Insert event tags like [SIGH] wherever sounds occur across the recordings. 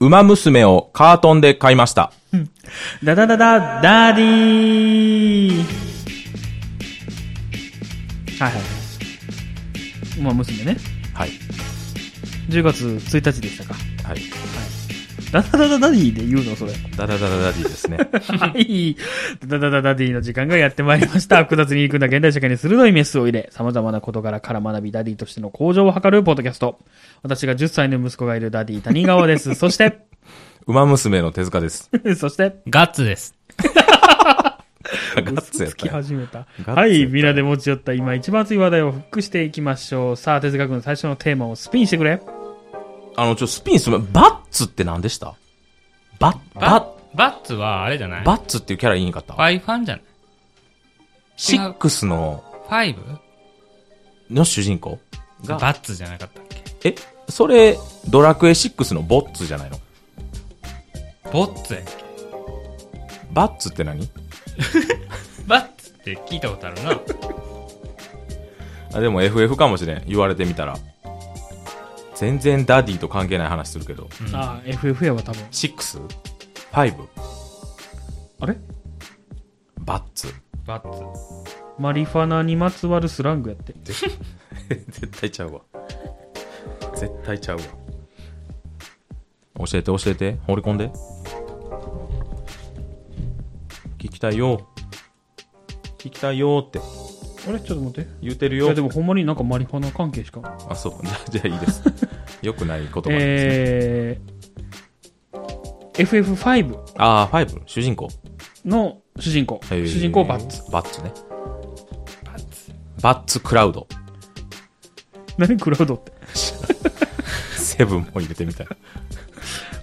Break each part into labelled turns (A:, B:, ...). A: 馬娘をカートンで買いました。
B: ダダダダダーディーはいはいはい。まあ、娘ね。
A: はい。
B: 10月1日でしたか。は
A: はい。
B: い。ダダダダダディーで言うのそれ。
A: ダダダダダディですね。 [LAUGHS]
B: はい。ダダダダダディの時間がやってまいりました。複雑に入り組んだ現代社会に鋭いメスを入れ、様々な事柄から学び、ダディとしての向上を図るポッドキャスト。私が10歳の息子がいるダディ谷川です。そして、 [LAUGHS]
A: 馬娘の手塚です。
B: そして、
C: ガッツです。
A: ガッツやっ
B: つき
A: たよ。
B: 始め
A: ガ
B: た。
A: ッツやった
B: はい。みんなで持ち寄った今一番熱い話題をフックしていきましょう。さあ、哲学の最初のテーマをスピンしてくれ。
A: あの、ちょ、スピンする前、バッツって何でしたバッ、
C: バ
A: バ
C: ッ、バッツはあれじゃない
A: ッ、
C: フ
A: バッツっていうキャラいいんかった
C: ァイファンじゃない
A: シックスの、
C: ファイブ
A: の主人公が
C: バッツじゃなかったっけ
A: え、それ、ドラクエ6のボッツじゃないの
C: ボッツやっけ
A: バッツって何
C: バッツって聞いたことあ
B: [LAUGHS]
C: るな。
A: あでも FF かもしれん。言われてみたら。全然ダディと関係ない話するけど。
B: ああ、FF やわ、多分。
A: 6?5?
B: あれ
A: バッツ。
C: バッツ。
B: マリファナにまつわるスラングやって。
A: 絶対ちゃうわ。絶対ちゃうわ。教えて教えて。放り込んで。聞きたいよ。聞きたいよって
B: あれちょっと待って。
A: 言うてる
B: い
A: よ
B: や、で。もほんまになんかマリファナ関係しか。
A: あ、そう。じゃあいい
B: [LAUGHS]
A: です。よくない言葉です、ね。
B: えー、FF5
A: ああ、5。主人公。
B: の主人公。
A: へー
B: 主人公バッツ。。
A: バッツね。
C: バッツ。
A: バッツクラウド。
B: 何クラウドって。
A: セブンも入れてみ
B: [LAUGHS]
A: たい。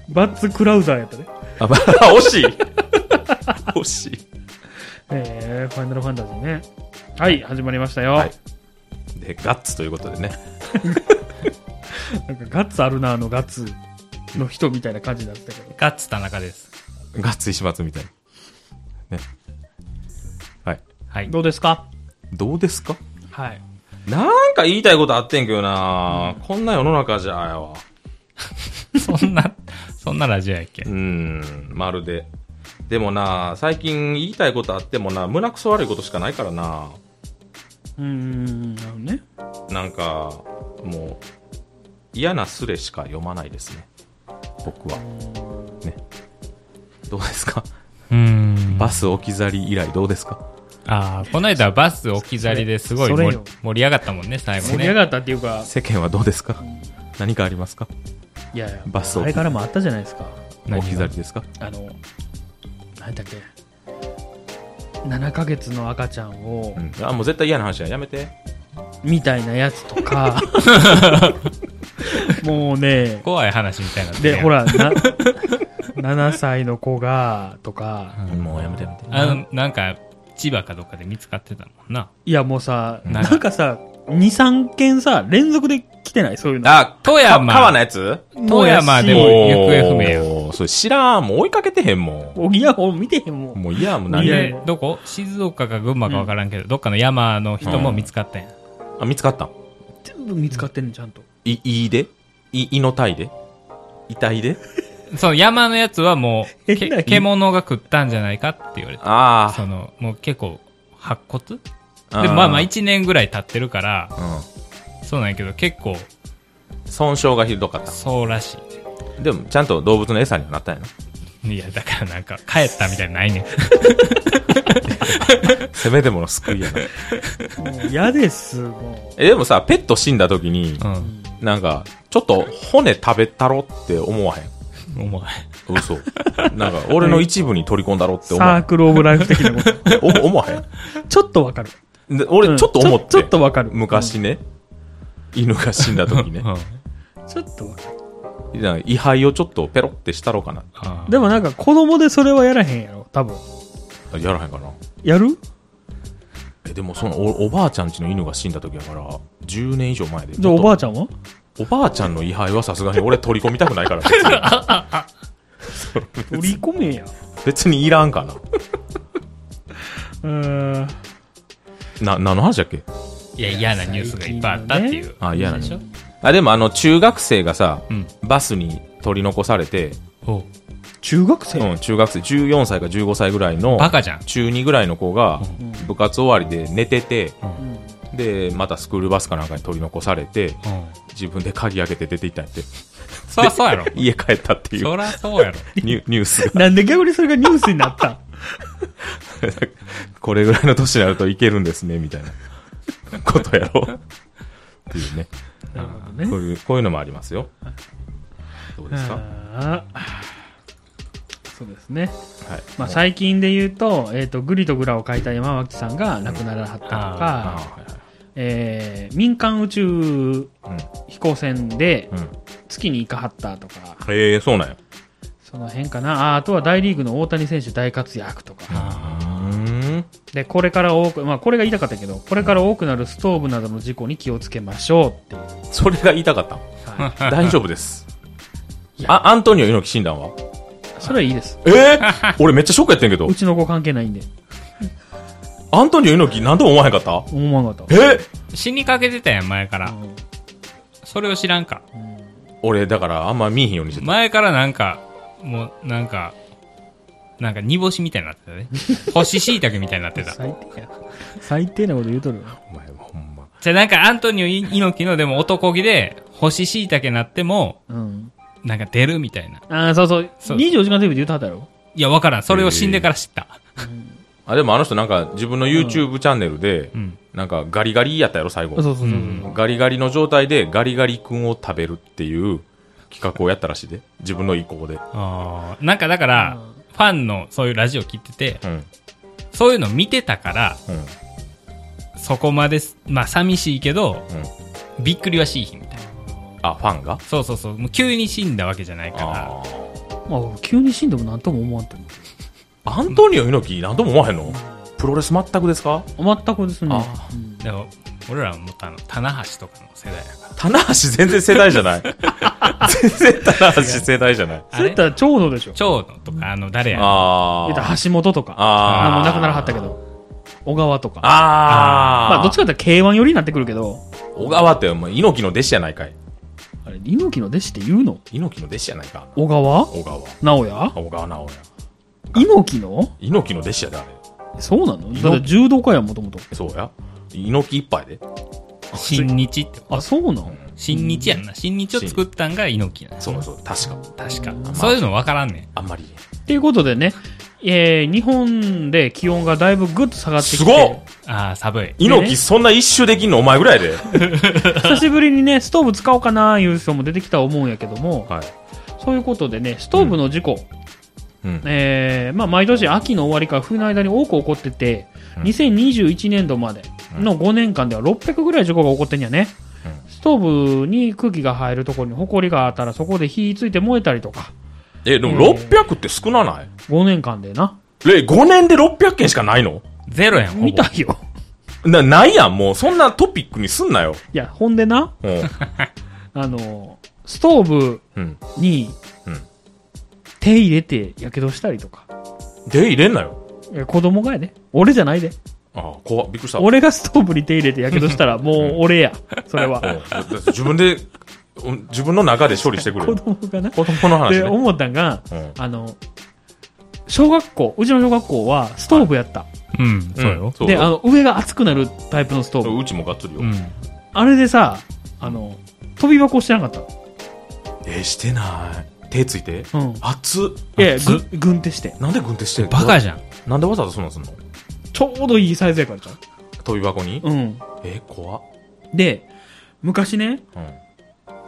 B: バッツクラウザーやったね。
A: あ、ば惜しい惜しい。
B: えー、ファイナルファンタジーね。はい、始まりましたよ。
A: はいで、ガッツということでね。
B: なんかガッツあるな、あのガッツの人みたいな感じだったけど。
C: ガッツ田中です。
A: ガッツ石松みたいな。ね。はい。
C: はい。
B: どうですか
A: どうですか
B: はい。
A: なんか言いたいことあってんけどな、こんな世の中じゃあやわ。
C: そんな、そんなラジオやっけ
A: うーん、まるで。でもな最近言いたいことあってもな胸くそ悪いことしかないからな
B: うーん、なるほどね。
A: なんか、もう、嫌なスレしか読まないですね。僕は。ね。どうですか
C: うーん。
A: バス置き去り以来どうですか
C: ああ、この間バス置き去りですごい
B: それ
C: 盛り
B: よ
C: 盛り上がったもんね、最後
B: 盛り上
C: ね。
B: がったっていうか、
A: 世間はどうですか何かありますか
B: いやいや、
A: バスを
B: あれからもあったじゃないですか。
C: 何が
A: 置き去りですか
B: あの、なんだっけ。7ヶ月の赤ちゃんを、
A: うん。あ、もう絶対嫌な話や。やめて。
B: みたいなやつと [LAUGHS] か、もうね、
C: 怖い話みたいになってるや
B: で、
C: ん
B: ほ。ら、な7歳の子が、とか、
A: もうやめてやめて。
C: あの、なんか、千葉かどっかで見つかってたもんな。
B: いやもうさ、な
C: な
B: ん
C: か
B: んかさ、2、3件さ、連続で来てないそういうの。
A: あ、
C: 富山
A: か川のやつ
B: もう
C: 富
B: やし
C: 山でも行方不明や。
A: おーそれ知らん。もう追いかけてへんも
B: おぎやほ見てへんも
A: ん。
B: ん。
A: もう嫌やもん。何
B: いや
A: で
B: いや
C: でどこ静岡か群馬か分からんけど、どっかの山の人も見つかったんや、
A: あ、見つかったん
B: 全部見つかってんの、ちゃんと。
A: い、いいでい、いの体で遺体で
C: その山のやつはも
A: [LAUGHS]
C: う
B: 変な
C: け獣が食ったんじゃないかって言われて
A: あ
C: そのもう結構白骨で
A: あ。
C: まあまあ
A: うん
C: 1年ぐらい経ってるから。そうなんやけど結構
A: 損傷がひどかっ
C: そうらしいね
A: た。でも、ちゃんと動物の餌にはなったんやな。
C: いやだからなんか帰ったみたいなのないねん
A: せめてもの救いやな。
B: もう嫌です、も
A: [LAUGHS] え、でもさ、ペット死んだ時に、
C: うん
A: なんか、ちょっと骨食べたろって思わへん。
C: お前
A: 嘘。なんか、俺の一部に取り込んだろっ
B: う。
A: て思
B: サー
A: わ
B: クルオブライフ的なこと。
A: へん。お [LAUGHS] 思わへ
B: ちょっとわかる。
A: ん。で俺、ちょっと思って。
B: うんちょちょっとわかる。
A: 昔ね、犬が死んだ時ね
C: う。ん
B: うん。ちょっとわかる。
A: なんか位牌をちょっとペロってしたろかな。
C: あー
B: でもなんか子供でそれはやらへんやろ、多分。
A: あやらへんかな。
B: やる
A: え、でもそのお、おばあちゃんちの犬が死んだ時やから、10年以上前で。
B: じゃあおば
A: あ、
B: あちゃんは
A: おばあちゃんの位牌はさすがに俺取り込みたくないから別
B: [LAUGHS]
A: に、
B: 取り込めや。
A: 別にいらんかな。
B: うーん。
A: な、何の話だっけ
C: いや嫌なニュースがいっぱいあったっていう
A: あ嫌なニ
C: で
A: ュ
C: し
A: ー
C: ょ
A: あ、でもあの、中学生がさ、
C: うん
A: バスに取り残されて、
C: ほ
B: 中学生、
A: うん、中学生14歳か15歳ぐらいうの
C: バカじゃん。
A: 中2ぐらいの子が
B: うん
A: 部活終わりで寝てて
B: うん
A: でまたスクールバスかなんかに取り残されて
C: うん。
A: 自分で借り上げて出ていったんやって
C: そらそうやろ。
A: [LAUGHS] 家帰ったっていう
C: そらそうやろ。
A: ニュニュースが
B: なんで逆にそれがニュースになったん
A: これぐらいの年になるといけるんですねみたいなことやろっていうね
B: なるほ
A: こ
B: どね
A: ういうこういうのもありますよどうですか、
B: あーそうですね、
A: はい
B: まあ、
A: 後
B: 最近で言うと,、えー、とグリとグラを書いた山脇さんが亡くならはったと
A: あ
B: か、
A: はい
B: えー民間宇宙
A: はい
B: 飛行船で
A: うんうん
B: 月に行かはったとか
A: ええそうなんや
B: その辺かなああとは大リーグの大谷選手大活躍とか
A: うーん
B: でこれから多く、まあ、これが言いたかったけどこれから多くなるストーブなどの事故に気をつけましょうっていう、
A: それが言いたかった
B: [LAUGHS] はい
A: 大丈夫です
B: い。や
A: あ、アントニオ猪木診断は
B: それはいいです
A: え [LAUGHS] ー俺めっちゃショックやってんけど
B: う。ちの子関係ないんで
A: アントニオ猪木何とも思わへんかった
B: 思わんかった
A: え
C: 死にかけてたやん、前から
B: う。ん
C: それを知らんか。
A: 俺だからあんま見えへんようにしてた。
C: 前からなんか、もう、なんか、なんか煮干しみたいになって
A: [LAUGHS]
C: たね。干し椎茸みたいになってた。
B: 最低や最低なこと言うとるよ
A: お前ほんま。
C: じゃあなんかアントニオ猪木のでも男気で、干し椎茸なっても、
B: うん
C: なんか出るみたいな。
B: ああそうそう
C: そう
B: 24時間テレビで言うたはったやろ
C: いや、わからん。それを死んでから知った。
A: あ、でもあの人なんか自分の YouTube チャンネルで
C: う、ん。
A: なんかガリガリやったやろ、最
B: そう
A: 後。
B: そうそうそう、
C: うん
A: ガリガリの状態でガリガリ君を食べるっていう企画をやったらしいで。自分の意向で。
C: あーなんかだから、
B: うん
C: ファンのそういうラジオ聞いてて、
A: うん。
C: そういうの見てたから、
A: うん。
C: そこまです、まあ寂しいけど、
A: うん。
C: びっくりはしいひんみたいな。
A: あ、ファンが
C: そうそうそう。もう急に死んだわけじゃないから。
A: あー
B: まあ、急に死んでも何とも思わんと思
A: アントニオ猪木何とも思わへんのプロレス全くですか
B: う全くですね
A: あ、
B: うん
C: でも、俺らはもうあの、棚橋とかの世代やから。
A: 棚橋全然世代じゃ [LAUGHS] ない。全然棚橋世代じゃない。
B: それやったら長野でしょ
C: 蝶野とか、あの、誰や。
A: あ
B: 言うた
A: ー
B: ら橋本とか
A: あー
B: もう亡くならはったけど小川とか
A: あー。
B: まあ、どっちかっていうと K1 寄りになってくるけど
A: 小川ってお前猪木の弟子やないかい。
B: あれ猪木の弟子って言うの
A: 猪木の弟子やないか。
B: 小川
A: 小川。
B: 直哉
A: 小川直哉。
B: 猪木の
A: 猪木の弟子やで、あれ。
B: そうなの
A: 猪木
B: だって柔道家やんもともと
A: そうや。猪木一杯で。
C: 新日って。
B: あそうなの
C: 新日やんな。新日を作ったんが猪木なんや
A: そうそう、確か。
C: 確
A: あ
C: か。そういうの分からんねん。
A: あんまり。
B: っていうことでね、えー日本で気温がだいぶぐっと下がってきて、
A: すごっ
C: ああ、寒い。
A: 猪木そんな一周できんのお前ぐらいで。
B: 久しぶりにね、ストーブ使おうかなーいう人も出てきたと思うんやけども、
A: はい。
B: そういうことでね、ストーブの事故、
A: うん。
B: えーまあ、毎年秋の終わりから冬の間に多く起こってて、
A: うん
B: 2021年度までの5年間では600ぐらい事故が起こってんやね。
A: う
B: ストーブに空気が入るところに埃があったらそこで火ついて燃えたりとか、
A: え、でも600って少なない
B: 5年間でな。
A: え、5年で600件しかないの
C: ゼロやん、ほぼ
B: 見たいよ。
A: な、ないやん、もう。そんなトピックにすんなよ。
B: いや、ほんでな、
A: うん。
B: あの、ストーブ [LAUGHS]
A: うん。
B: に、
A: うん
B: 手入れてやけどしたりとか
A: で、入れんなよ。
B: いや子供がやね俺じゃないで
A: ああ、怖っびっくりした。
B: 俺がストーブに手入れてやけどし
A: [LAUGHS]
B: たらもう俺やそれ
A: う
B: は
A: んだって自分で、うん自分の中で処理してくれ
B: 子
A: よ。
B: 供がな
A: 子供の話
B: で
A: ね。
B: 思ったんが
A: うん
B: あの小学校うちの小学校はストーブやった、
C: うん、そうよ。
A: そう
B: であ
A: よ
B: の上が熱くなるタイプのストーブ
A: うちもがっつりよ。
C: うん。
B: あれでさあの飛び箱してなかっ
A: えー、してない。手ついて
B: たうん
A: 熱っ
B: いや
A: 熱っ
B: ぐ軍手して
A: なんで軍手してんの
C: バカじゃん。
A: なんでわざわざそんなんすんの
B: ちょうどいいサイズやからちゃ
A: 飛び箱に
B: ううん
A: えー、怖っ
B: で昔ね
A: うん。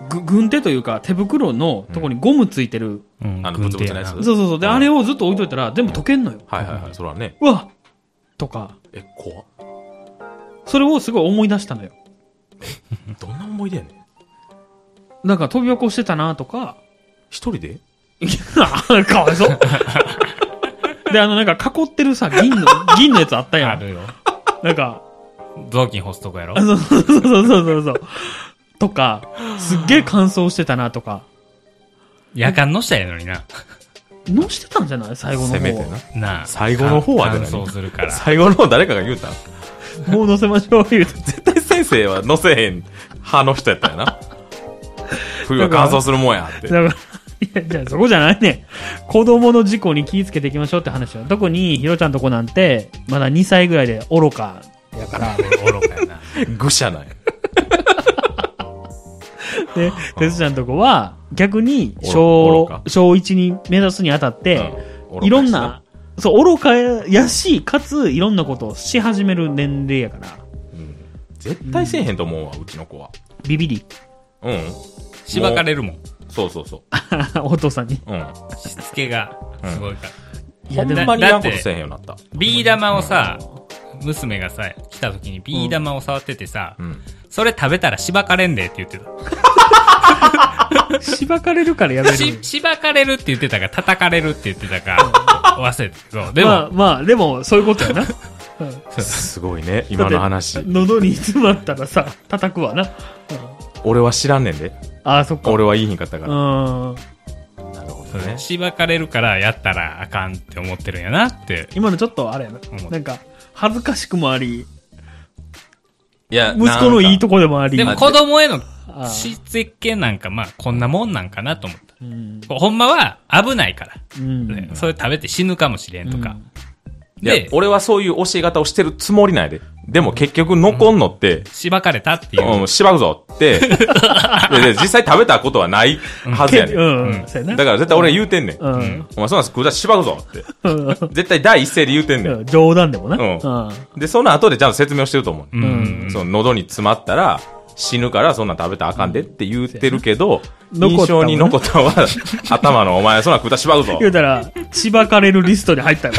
B: ぐ軍手というか手袋のとこにゴムついてる
C: うん
A: あのブツブツのやつ
C: 軍手
B: そうそうそう。で、
A: うん
B: あれをずっと置いといたら、全部溶けんのよ。
A: はいはいはい、そらね。
B: うわとか、
A: え、怖っ
B: それをすごい思い出したのよ。
A: どんな思い出やねん。
B: なんか飛び箱してたなとか、
A: 一人で
B: いや [LAUGHS] かわいそう。で、あの、なんか囲ってるさ、
A: [LAUGHS]
B: 銀の、銀のやつあった
C: や
B: や
C: あ
B: ん。
C: るよ。
B: なんか、
C: 雑巾干すとこやろ
B: あ。そうそうそうそうそうそう。とか、すっげえ乾燥してたなとか、
C: 夜間の下やのにな。
B: のしてたんじゃない最後の方
A: せめてな。
C: なあ。
A: 最後の方は出ない
C: 乾燥するか
A: [LAUGHS]
C: ら。
A: 最後の方誰かが言うたん
B: もう乗せましょう、言うて。
A: 絶対先生は乗せへん派の人やったんやな。冬は乾燥するもんやって。
B: だから、やじゃあそこじゃないねん子供の事故に気をつけていきましょうって話よ特にひろちゃんとこなんてまだ2歳ぐらいで愚かやから
C: 愚かやな。
A: 愚者なんや。
B: で
A: [LAUGHS]
B: 哲ちゃんとこは逆に
A: 愚
B: 小
A: 愚か
B: 小1に目指すにあたって、
A: うん
B: いろんな。そう愚かやしかついろんなことをし始める年齢やから
A: 愚かやしなうん絶対せえへんと思うわ、うちの子は。
B: ビビり [LAUGHS]
A: うん。
C: しばかれるもん。
A: そうそうそ
B: お父さんに
A: う。うん。
C: しつけがすごいから。
B: い
A: ほ
B: や
A: ん
B: でも
A: まにいらんこ
C: だ
A: と
C: って
A: せえへんようになった。
C: ビー玉をさ、娘がさ、来た時にビー玉を触っててさ、
A: うん。
C: それ食べたらしばかれんでって言ってた。
B: しばかれるからやめる
C: し、しばかれるって言ってたか、叩かれるって言ってたか、忘れてそう。でも、
B: まあまあでもそういうことやなうん
A: すごいね、 [LAUGHS] 今の
B: だ
A: 話
B: [LAUGHS] って。喉に詰まったらさ叩くわな、うん
A: 俺は知らんねんで。
B: ああそっか
A: 俺は言いひんかった
B: う
A: から。
B: ん
A: なるほ
C: そ
A: ど
C: うね
A: ね。
C: しばかれるからやったらあかんって思ってるんやなって。
B: 今のちょっとあれやな
C: 思った
B: なんか恥ずかしくもあり
A: いや
B: 息子のいいとこでもあり
C: でも子供への
B: ああ
C: しつけなんかまあこんなもんなんかなと思った。
B: うん
C: こうほんまは危ないから。
B: うん
C: ねそれ食べて死ぬかもしれんとか。
A: いや
C: で、
A: 俺はそういう教え方をしてるつもりないで。でも結局残んのって、
C: しばかれたっていう。
A: うん、しばくぞ
B: [LAUGHS]
A: って、でで実際食べたことはないはずやね。
B: うんん、
C: うん
B: そうやな
A: だから絶対俺言うてんねん。
B: うん
A: お前そんなん食うたらしばくぞって。
B: う
A: 絶対第一声で言うてんねん。
B: ん冗談でもな、
A: うん
B: うん
A: で、その後でちゃんと説明をしてると思う
C: う
A: ねん。
C: ん。
A: その喉に詰まったら、死ぬからそんなん食べたらあかんでって言ってるけど、
B: うん
A: 印象に残ったのは、頭のお前そんなん食うたらしばくぞ。
B: 言うたらしばかれるリストに入った
C: [LAUGHS]
B: よ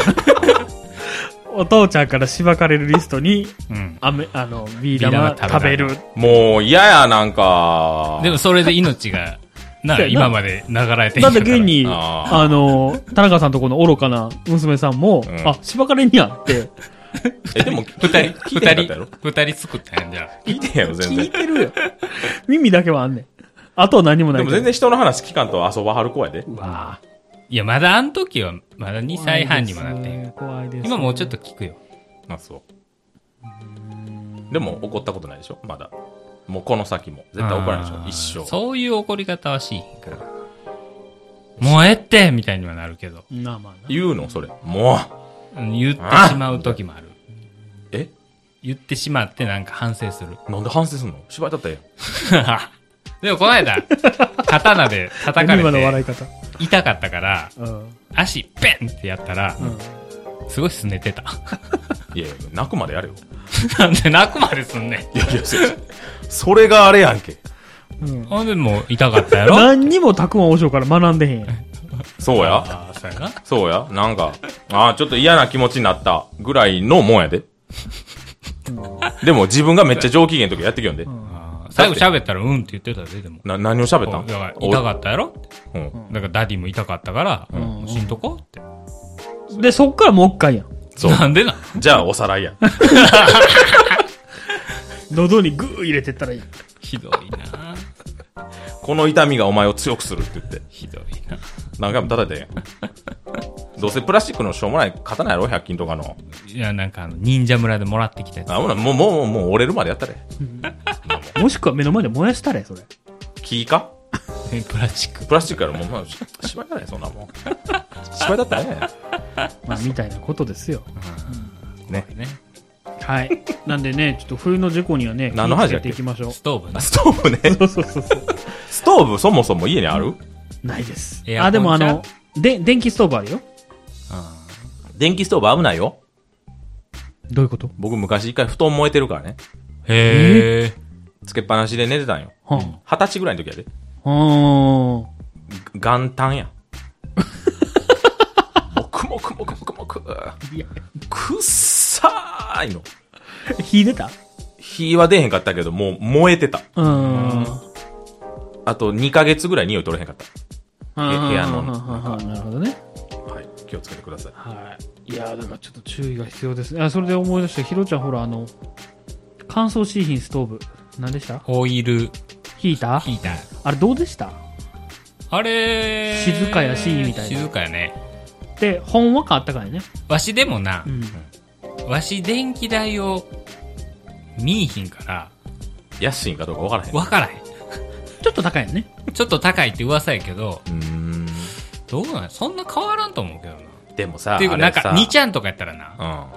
B: お父ちゃんからしばかれるリストに
C: うん。
B: あめあのビー玉
C: ビー玉
B: 食
C: 食
B: べ
C: べ
B: る
C: る
A: もう嫌や、なんか。
C: でもそれで命が、な、
B: そうやな
C: 今まで流れて
B: だ
C: んや
B: っ
C: か
B: て
C: ら
B: 現に、
A: あ
B: あの、田中さんとこの愚かな娘さんも、
A: うん
B: あ、しばかれんやって、
A: え、でも、
C: 二人、
A: 聞いてな
C: 二
A: かったやろ
C: 人、二人作ったんやんじゃあ。
A: 聞いてんやろ、全
B: 聞い
A: 然。
B: てるよ。耳だけはあんねん。あとは何もな
A: で
B: いけ
A: も
B: ど。
A: 全然人の話聞かんと遊ばはる子やで。
B: うわぁ
C: いや、まだあの時は、まだ2歳半にもなってんよ。
B: 怖いですね
C: 今もうちょっと。聞くよ。
A: あ、そう。でも怒ったことないでしょまだ。もうこの先も。絶対怒らないでし
C: あ
A: ょ
C: ー
A: 一生。
C: そういう怒り方はしいひんから。もうええってみたいにはなるけど。
B: なあまあな。
A: 言うのそれ。もう
C: うん言ってしまう時もある。
A: え
C: 言ってしまってなんか反省する。 [LAUGHS]
A: なんで反省すんの芝居だったらえ
C: でもこの間、刀で叩かれ
B: 今の笑
C: て
B: い方。
C: 痛かったから、
B: うん。
C: 足ペンってやったら、
B: うん。
C: すごいすねてた。 [LAUGHS]
A: えやん。いやいや、泣くまでやれよ。
C: なんで泣くまですんね
A: いやいや、そ [LAUGHS] それがあれやんけ。
B: うん
C: ん。ほんでもう痛かったやろ
B: 何にもたくまおしょうから学んでへんやん。
A: そうや。
C: ああ、そうやな。
A: そうや。なんか、ああ、ちょっと嫌な気持ちになったぐらいのもんや [LAUGHS] で。でも自分がめっちゃ上機嫌の時やってきよんで。
C: あー最後喋ったらうんって言ってたで、でも。
A: な、何を喋った
C: だ
A: ん
C: から痛かったやろ
A: おうん。
C: だからダディも痛かったから、
B: ん
C: もう死んとこうって。
B: で、そっからもう一回やん。
A: そう。
C: なんでなん
A: じゃあ、おさらいや。
B: 喉にグー入れてったらいい。
C: ひどいな
A: この痛みがお前を強くするって言って。
C: ひどいな
A: 何回も叩いてどうせプラスチックのしょうもない刀やろ ?100 均とかの。
C: いや、なんかあの、忍者村でもらってきたやつ。
A: あ、ほなもう、もう、もう折れるまでやったれ。
B: もしくは目の前で燃やしたれ、それ。
A: 木か
C: プラスチック。
A: プラスチックやろもう、まあ、し芝居じゃないそんなも [LAUGHS] ん。芝居だったらね。
B: まあ、みたいなことですよ。
A: ね。
C: ね。
B: はい。なんでね、ちょっと冬の事故にはね、
A: 何の話
B: 気
A: だ
B: を
A: っ
B: つ
A: け
B: けていきましょう
C: ス。トーブな。
A: ストーブね。
B: そうそうそうそう。
A: ストーブそもそも家にある
B: ないです。
C: エ
B: あ、
C: アコン
B: でもあ
C: じゃ
B: の、で、電気ストーブあるよ。
A: 電気ストーブ危ないよ。
B: どういうこと
A: 僕昔一回布団燃えてるからね。
C: へえ。
A: つけっぱなしで寝てたんよ。
B: は
A: 二十歳ぐらいの時やで。
B: あ。は
A: 元旦や。 [LAUGHS] もくもくもくもくもく。
B: あ。いや、
A: くっさーいの。
B: 火出た
A: 火は出へんかったけど、もう燃えてた。
B: うん。
A: あと2ヶ月ぐらい匂い取れへんかっ部屋の
B: の。なるほどね。
A: た。はい。気をつけてください。
B: はい。いやーだからちょっと注意が必要ですね。あ、それで思い出した、ひろちゃんほら、あの、乾燥製品ストーブ。何でした
C: オイル
B: ヒータ
C: ヒ
B: ー
C: ーター。
B: あれどうでした
C: あれー
B: 静かやしみたいな
C: 静かやね。
B: で、ほんわかあったからね。
C: わしでもな
B: う、ん。
C: わし電気代を見いひんから、
A: 安いんかどうかわからへん。
C: わからへん。
B: ちょっと高いよね。
C: ちょっと高いって噂やけど、
A: うーん。
C: どうなんそんな変わらんと思うけどな。
A: でもさ、
C: っていうか、
A: あ
C: なん
A: れ
C: か
A: さ、
C: 2ちゃんとかやったらな、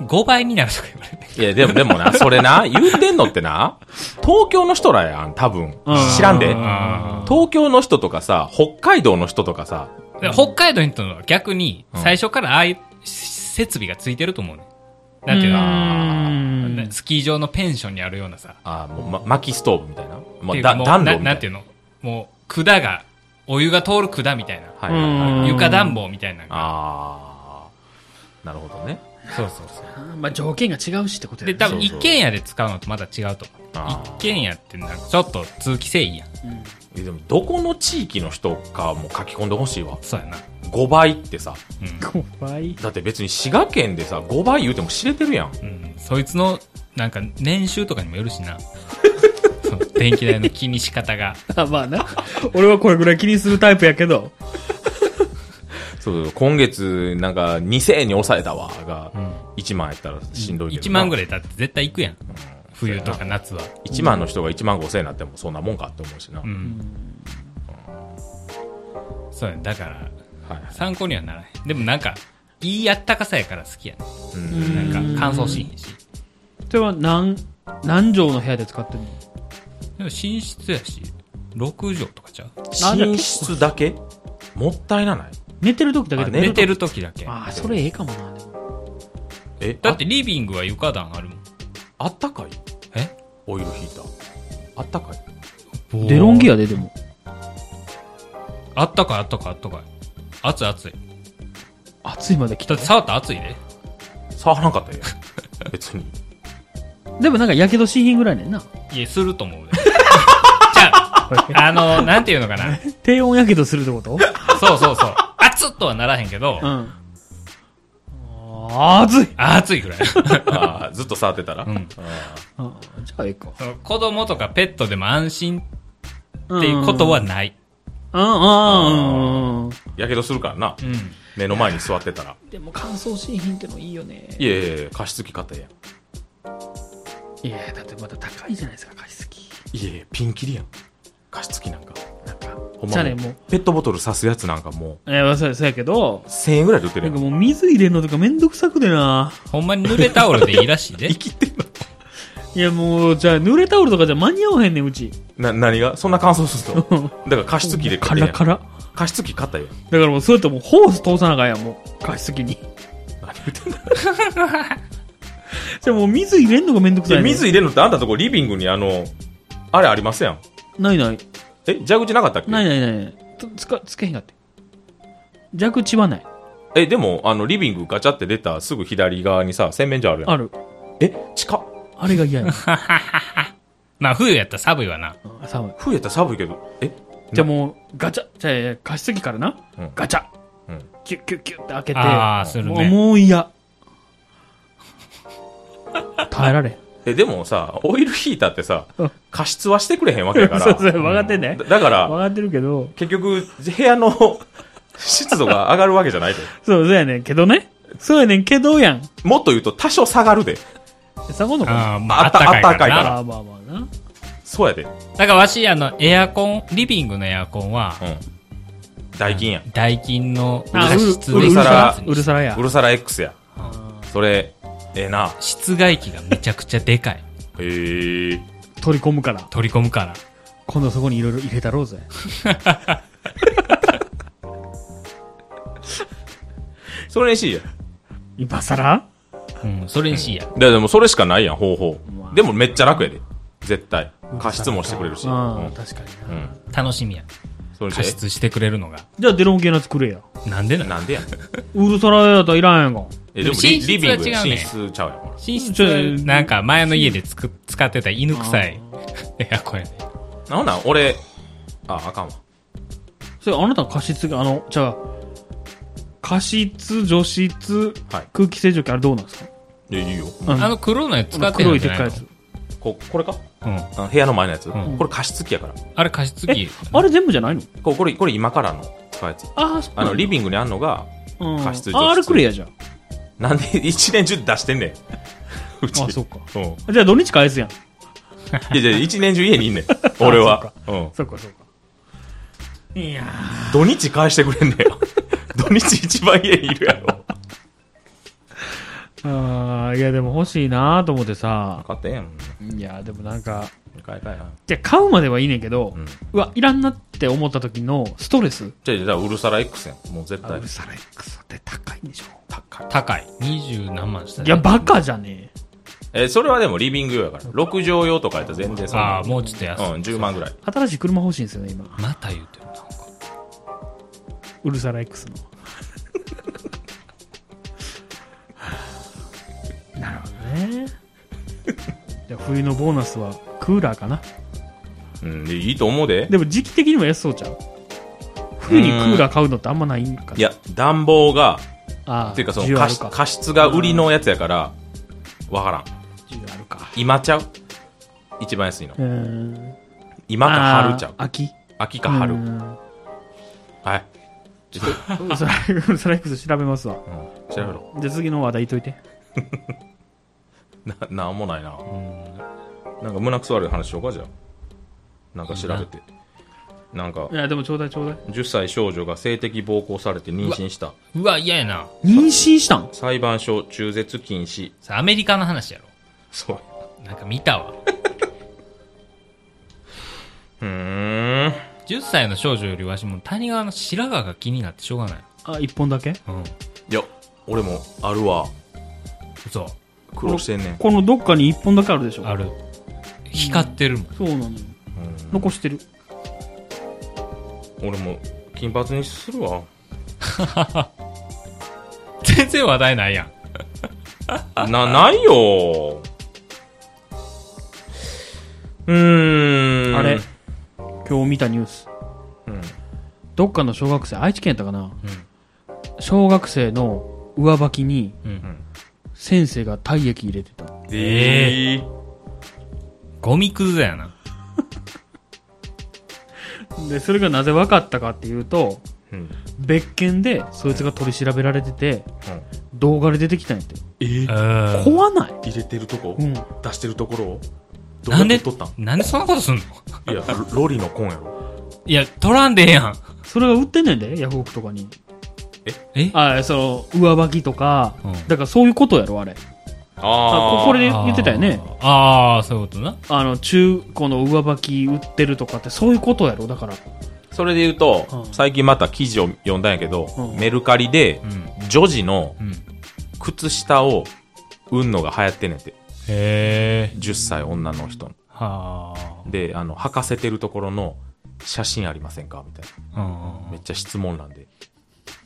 A: うん。
C: 5倍になるとか言われて。
A: いや、でも、でもな、それな、言ってんのってな、東京の人らやん、多分
B: うん。
A: 知らんで
B: う。ん
A: 東京の人とかさ、北海道の人とかさ、
C: で北海道の人は逆に、
A: うん
C: 最初からああいう設備がついてると思うね。なんていう
B: う
C: の
B: ーん
C: スキー場のペンションにあるようなさ。
A: あもう、ま、薪ストーブみたいな。も
C: って
A: う、
C: いうか
A: だ
C: もう
A: 暖炉みたい
C: な
A: な。
C: なんていうのもう、管が、お湯が通る管みたいな。
A: はいはいはい。
B: うん
C: 床暖房みたいなのが。
A: あー、なるほどね。
C: そうそうそう。
B: まあ条件が違うしってことや
C: で、
B: な
C: 多分一軒家で使うのとまだ違うと思う。
A: あー
C: 一軒家ってなんかちょっと通気性いいやん。
A: えでも、どこの地域の人かも書き込んでほしいわ。
C: そうやな。
A: 5倍ってさ、
C: うん。
B: 怖い
A: だって別に滋賀県でさ、5倍言うても知れてるやん。
C: うん、そいつのなんか年収とかにもよるしなその電気代の気にし方が
B: あまあな俺はこれぐらい気にするタイプやけど
A: そうそう、今月、なんか、2000円に抑えたわ、が
C: ん、
A: 1万やったらしんどいけど。
C: 1万ぐ
A: い。
C: らいだって絶対行くやん冬とか夏は
A: 1万の人が1万5000円になっても、そんなもんかって思うしな。
C: う
A: はい
C: んそうやだから
A: はい。
C: 参考にはならへんでもなんかいいあったかさやから好きやね
A: うん。
C: なんか乾燥しへんし
B: それは何何畳の部屋で使ってるの
C: でも寝室やし6畳とかちゃう
B: あじゃあ
A: 寝室だけもったいなない
B: 寝てる時だけ
A: あ
B: で
A: 寝
C: 寝
A: る
C: てる時だけ
B: ああそれええかもなでも
A: え、
C: だってリビングは床暖あるもん
A: あ、あったかい
C: え
A: オイルヒーター。あったかい
B: デロンギアででも
C: あったかいあったかいあったかい暑い暑い
B: 暑いまで来た
C: だって触ったら暑いで
A: 触らなかったよ。別に。
B: でもなんかやけどしひんぐらいねんない
C: や、すると思うで。じゃあ、あの、なんていうのかな。
B: 低温やけどするってこと
C: そうそうそう。熱っとはならへんけど
B: う、んあー暑い
C: 熱いぐらい。 [LAUGHS]
A: あーずっと触ってたら。
C: うん
A: あ
B: あじゃあええか
C: その子供とかペットでも安心っていうことはない。
B: うんうんうんうん
A: ーやけどするからな。
C: うん。
A: 目の前に座ってたら。
B: でも乾燥しひんってのいいよね
A: いやいやいや、加湿器買ったやん。
B: いやだってまだ高いじゃないですか加湿器
A: いやいや、ピンキリやん。加湿器なんか。
B: なんか
A: ほんまもう
B: じゃあねもう
A: ペットボトル刺すやつなんかも
B: えー、そうやそうやけど
A: う、1000円ぐらいで売ってる
B: な
A: やん
B: んか。もう水入れるのとかめんどくさくてな。
C: ほんまに濡れタオルでいいらしい
A: [LAUGHS]
C: で。
A: きてんの
B: いやもう、じゃあ濡れタオルとかじゃ間に合わへんねん、うち。
A: な、何がそんな乾燥するのだから加湿器で
B: カ
A: 買った
B: ラ
A: やん
B: カラ。
A: 加湿器買ったやん。
B: だからもう、そうやってもうホース通さなあかんやん、もう。加湿器に。 [LAUGHS]
A: 何言ってんの
B: じゃあもう水入れんのがめんどく
A: い
B: さい、
A: や
B: ね。
A: 水入れるのってあんたとこリビングにあの、あれありますやん。
B: ないない。
A: え、蛇口なかったっけ
B: ないないないない。とつか、つけへんかって。蛇口はない。
A: え、でも、あの、リビングガチャって出たすぐ左側にさ、洗面所あるやん。
B: ある。
A: え、近っ。
B: あれが嫌 [LAUGHS] や。
C: まあ、冬やったら寒いわな。
B: うん寒い。
A: 冬やったら寒いけど、え、
B: じゃあもう、ガチャ、じゃあいや加湿器からな。
A: うん
B: ガチャ。
A: うん
B: キュッキュッキュッって開けて。
C: ああ、する
B: もう
C: ね。
B: もう嫌。耐えられん。
A: え、でもさ、オイルヒーターってさ
B: うん、
A: 加湿はしてくれへんわけやから。
B: [LAUGHS] そうそう、分かってんね。
A: だだから、
B: 分かってるけど。
A: 結局、部屋の [LAUGHS] 湿度が上がるわけじゃないで。
B: そう、そうやねんけどね。そうやねんけどやん。
A: もっと言うと多少下がるで。
B: 下がんのかな
C: ああ、まあ、あったかい
A: あった
C: か
A: かいからら
C: な。
B: あーまあまあな。
A: そうやで。
C: だからわし、あの、エアコン、リビングのエアコンは
A: う、ん。代金やん。
C: ダイキンの
B: あ
C: 加湿
A: うる
C: で
A: うるさら
B: うるさらや
A: ウ。ルサラ X や。
B: あ
A: それ、ええな。
C: 室外機がめちゃくちゃでかい。
A: へえ。
B: ー取り込むから。
C: 取り込むから。
B: 今度そこにいろいろ入れたろうぜ。
A: それにしいやん。
B: 今さら
C: うん、それにしいや。
A: ででもそれしかないやん、方法
B: まあ。
A: でもめっちゃ楽やで。絶対。加湿もしてくれるし。う
B: ああ、
A: ん。
B: 確かに
A: う
B: な。
A: ん。
C: 楽しみや。
A: それ
C: 加
A: にし
C: 湿してくれるのが。
B: じゃあデロン系のやつくれや。
C: なんでな
A: えなんでやん。 [LAUGHS]
B: ウルサラやったらいらんやんか。
A: え、でも
C: 寝
A: リ
C: 室
A: リビング
C: は違うね
A: 寝室ちゃうやん。
C: 寝室、なんか前の家でつく使ってた犬臭い [LAUGHS] エアコンやね。
A: なんなん俺、あ、あかんわ。
B: それあなた加湿、あの、じゃあ、加湿、除湿、
A: はい
B: 空気清浄機あれどうなんですか
A: いや、いいよ。
B: あ
C: あの黒のやつ使ってる
B: 黒
C: ん
B: い
C: じ
B: で
C: ゃ
B: っ
C: ない
B: かい
C: の
B: やつ。
A: こ、これか
C: うん。
A: あの部屋の前のやつ。
C: ん
A: これ加湿器やから。
C: あれ加湿
B: え
C: 器。、
B: あれ全部じゃないの
A: ここれ、これ今からの使うやつ。
B: ああ、そう
A: あ
B: な
A: の、
B: んだ
A: リビングにあんのが、
B: うん
A: 加湿除湿
B: あ、あれくれやじゃん。
A: なんで一年中出してんねん。 [LAUGHS] うち。
B: あ、そうか。
A: うん。い
B: じゃあ土日返すやん。
A: [LAUGHS] やいや、一年中家にいんねん。俺は
B: あ。
A: うん。
B: そうかそうか。いや
A: 土日返してく [LAUGHS] れんねや土日一番家にいるやろ
B: ーあーいやでも欲しいなと思ってさ
A: 買ってんやん
B: いやでもなんか
A: 買い替えな
B: じゃ買うまではいいねんけど、
A: うん
B: うわいらんなって思った時のストレス
A: じゃあじゃあウルサラ X やんもう絶
B: あ
A: 対
B: ウルサラ X って高いんでしょ
A: 高い
C: 高い。二十何万したね
B: いやバカじゃねえ
A: えーそれはでもリビング用やから6畳用とかやったら全然そんな
C: ああ、もうちょっと安い。
A: うん10万ぐらい
B: 新しい車欲しいんですよね今
C: また言うてる、なんか。
B: ウルサ
A: [LAUGHS]
B: ラ X のなるほどねじゃあ冬のボーナスはクーラーかな
A: うんでいいと思うで
B: でも時期的にも安そうちゃう冬にクーラー買うのってあんまないんかない
A: や暖房が
B: ああ
A: っていうかその
B: 需要
A: 加
B: ある
A: 湿
B: か
A: 加湿が売りのやつやからわからん
B: 需要あるか
A: 今ちゃう一番安いの
B: うーん
A: 今か
B: ああ
A: 春ちゃう
B: 秋
A: 秋か春
B: うーん
A: はいちょっと
B: ウルサラウルサラ X 調べますわ
A: うん調べ
B: [LAUGHS]
A: ろ
B: じゃあ次の話題言っといて
A: ななんもないな
C: うん。
A: なんか胸くそ悪い話しようかじゃあなんか調べてなんか
B: いやでもちょうだいちょうだい
A: 10歳少女が性的暴行されて妊娠した
C: うわ、嫌やな。
B: 妊娠したん
A: 裁判所中絶禁止
C: それアメリカの話やろ。
A: そう
C: なんか見たわ。
A: ふーん
C: 10歳の少女よりわしも谷川の白髪が気になってしょうがない。
B: あ一本だけ
C: うん。
A: いや俺もあるわ
C: 嘘。
A: 苦労してんねん
B: このどっかに一本だけあるでしょ
C: ある。光ってるもん。
B: そうなの
A: う
B: よ
A: ん
B: 残してる
A: 俺も金髪にするわ
C: 全然話題ないやん。
A: なないようーん
B: あれ今日見たニュース
A: うん
B: どっかの小学生愛知県やったかな
C: うん。
B: 小学生の上履きに
C: うん。
B: 先生が体液入れてた
A: ええ
C: ゴミくずやな。
B: でそれがなぜ分かったかっていうと
A: うん
B: 別件でそいつが取り調べられてて動画で出てきたんやって
A: えー
C: うん
B: 怖ない
A: 入れてるとこ、
B: うん
A: 出してるところをどう
C: な
A: や
C: ん
A: っ
C: で
A: て撮ったん、
C: なんでそんなことすんの
A: いやロロリのコンやろ
C: いや、取らんでええやん。
B: それが売ってんねんでヤフオクとかに
C: え
B: あその上履きとか、
C: うん
B: だからそういうことやろあれあここれで言ってたよね。
C: あーあー、そういうことな。
B: あの中古の上履き売ってるとかってそういうことやろだから
A: それで言うと、
B: うん
A: 最近また記事を読んだんやけど、
B: うん
A: メルカリで
C: うん。
A: 女児の
C: うん。
A: 靴下を売んのが流行ってんねんて
C: へえ。
A: 10歳女の人の
C: はあ。
A: であの履かせてるところの写真ありませんかみたいなめっちゃ質問欄で聞いて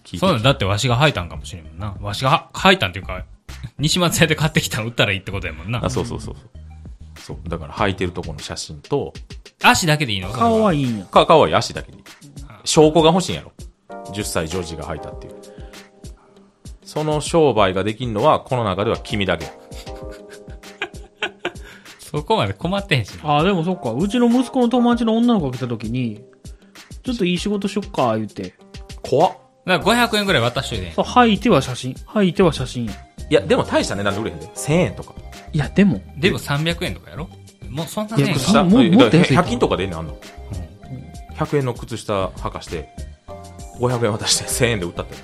A: き
C: そうなんだってわしが吐いたんかもしれんもんな。わしがは吐いたんっていうか、西松屋で買ってきたん売ったらいいってことやもんな
A: あ。そうそうそうそうそうだから履いてるところの写真と
C: 足だけでいいの
B: 顔はい
C: い。
B: いんや
A: かかわいい足だけに証拠が欲しいんやろ10歳ジョージが履いたっていうその商売ができんのはこの中では君だけ
C: そこまで困ってへんしな。
B: あでもそっかうちの息子の友達の女の子が来た時にちょっといい仕事しよっか言って
A: 怖っ
C: だから500円ぐらい渡しといて。
B: そう吐いては写真吐いては写真や
A: いやでも大した値段で売れへんで1000円とか
B: いやでも
C: でも300円とかやろもうそんなね
B: いや
A: 靴
B: そ
A: 下
B: うもうもっと安い
A: 100均とかでいいのあんの100円の靴下履かして500円渡して1000円で売ったって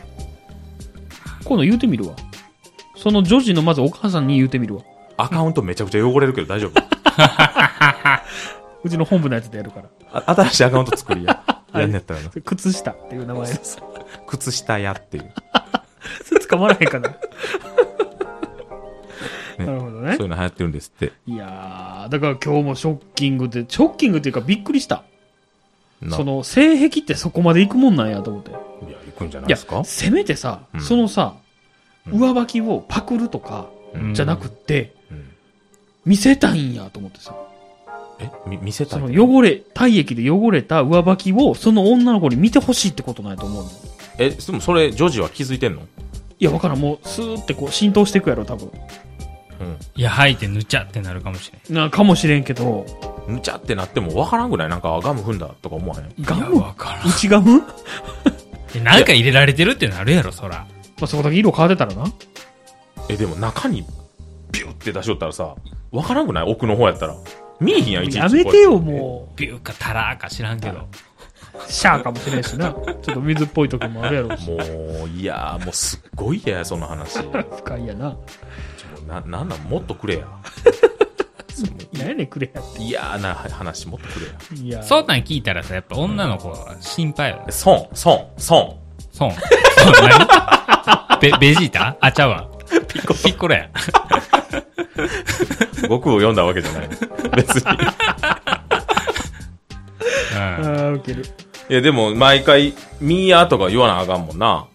B: 今度言うてみるわその女児のまずお母さんに言うてみるわ
A: アカウントめちゃくちゃ汚れるけど大丈夫
B: うちの本部のやつでやるから
A: [LAUGHS] あ新しいアカウント作り [LAUGHS] ややんねやったらな
B: 靴下っていう名前です
A: 靴下屋っていう
B: それ捕まらへんかな、なるほどね
A: そういうの流行ってるんですって
B: いやーだから今日もショッキングでショッキングっていうかびっくりした
A: な
B: その性癖ってそこまでいくもんなんやと思って
A: いや行くんじゃない
B: いや
A: ですか
B: せめてさ、
A: うん
B: そのさ
A: うん
B: 上履きをパクるとか
A: うん
B: じゃなくって、
A: うん
B: 見せたいんやと思ってさ
A: えみ見せた
B: そ
A: い
B: の
A: って
B: 汚れ体液で汚れた上履きをその女の子に見てほしいってことないと思うの
A: えでもそれジョージは気づいてんの
B: いやわからんもうスーってこう浸透していくやろ多分
C: いや、吐いてぬちゃってなるかもしれん。
B: なかもしれんけど
A: うんぬちゃってなっても分からんぐらいなんかあガム踏んだとか思わへん
B: ガ
C: い
B: ム
C: やわからん
B: 内ガム [LAUGHS] ま
C: え。なんか入れられてるってなるやろ、そら。
B: あそこだけ色変わってたらな
A: えでも中にビューって出しよったらさ分からんぐない奥の方やったら見えひんやんいちいち
B: やめてよも
C: ビューかタラーか知らんけど。
B: シャーかもしれんしな。ちょっと水っぽい時もあるやろうし。
A: もう、いやー、もうすっごい嫌や、その話。ちょ
B: 深いやな。
A: な、なんなん、もっとくれや。
B: 何やねんくれやっ
A: 嫌な話、もっとくれや。
B: て。いや。
C: そうなん聞いたらさ、やっぱ女の子は心配よね。
A: 損、損、損。
C: 損。損何 [LAUGHS] ベ、ベジータあ、ちゃうわ。ピッコロ。ピッコロや。
A: 悟空を読んだわけじゃない。別に。
B: あ
C: うん。
B: ーウケる。
A: いや、でも、毎回、ミーヤーとか言わなあかんもんな。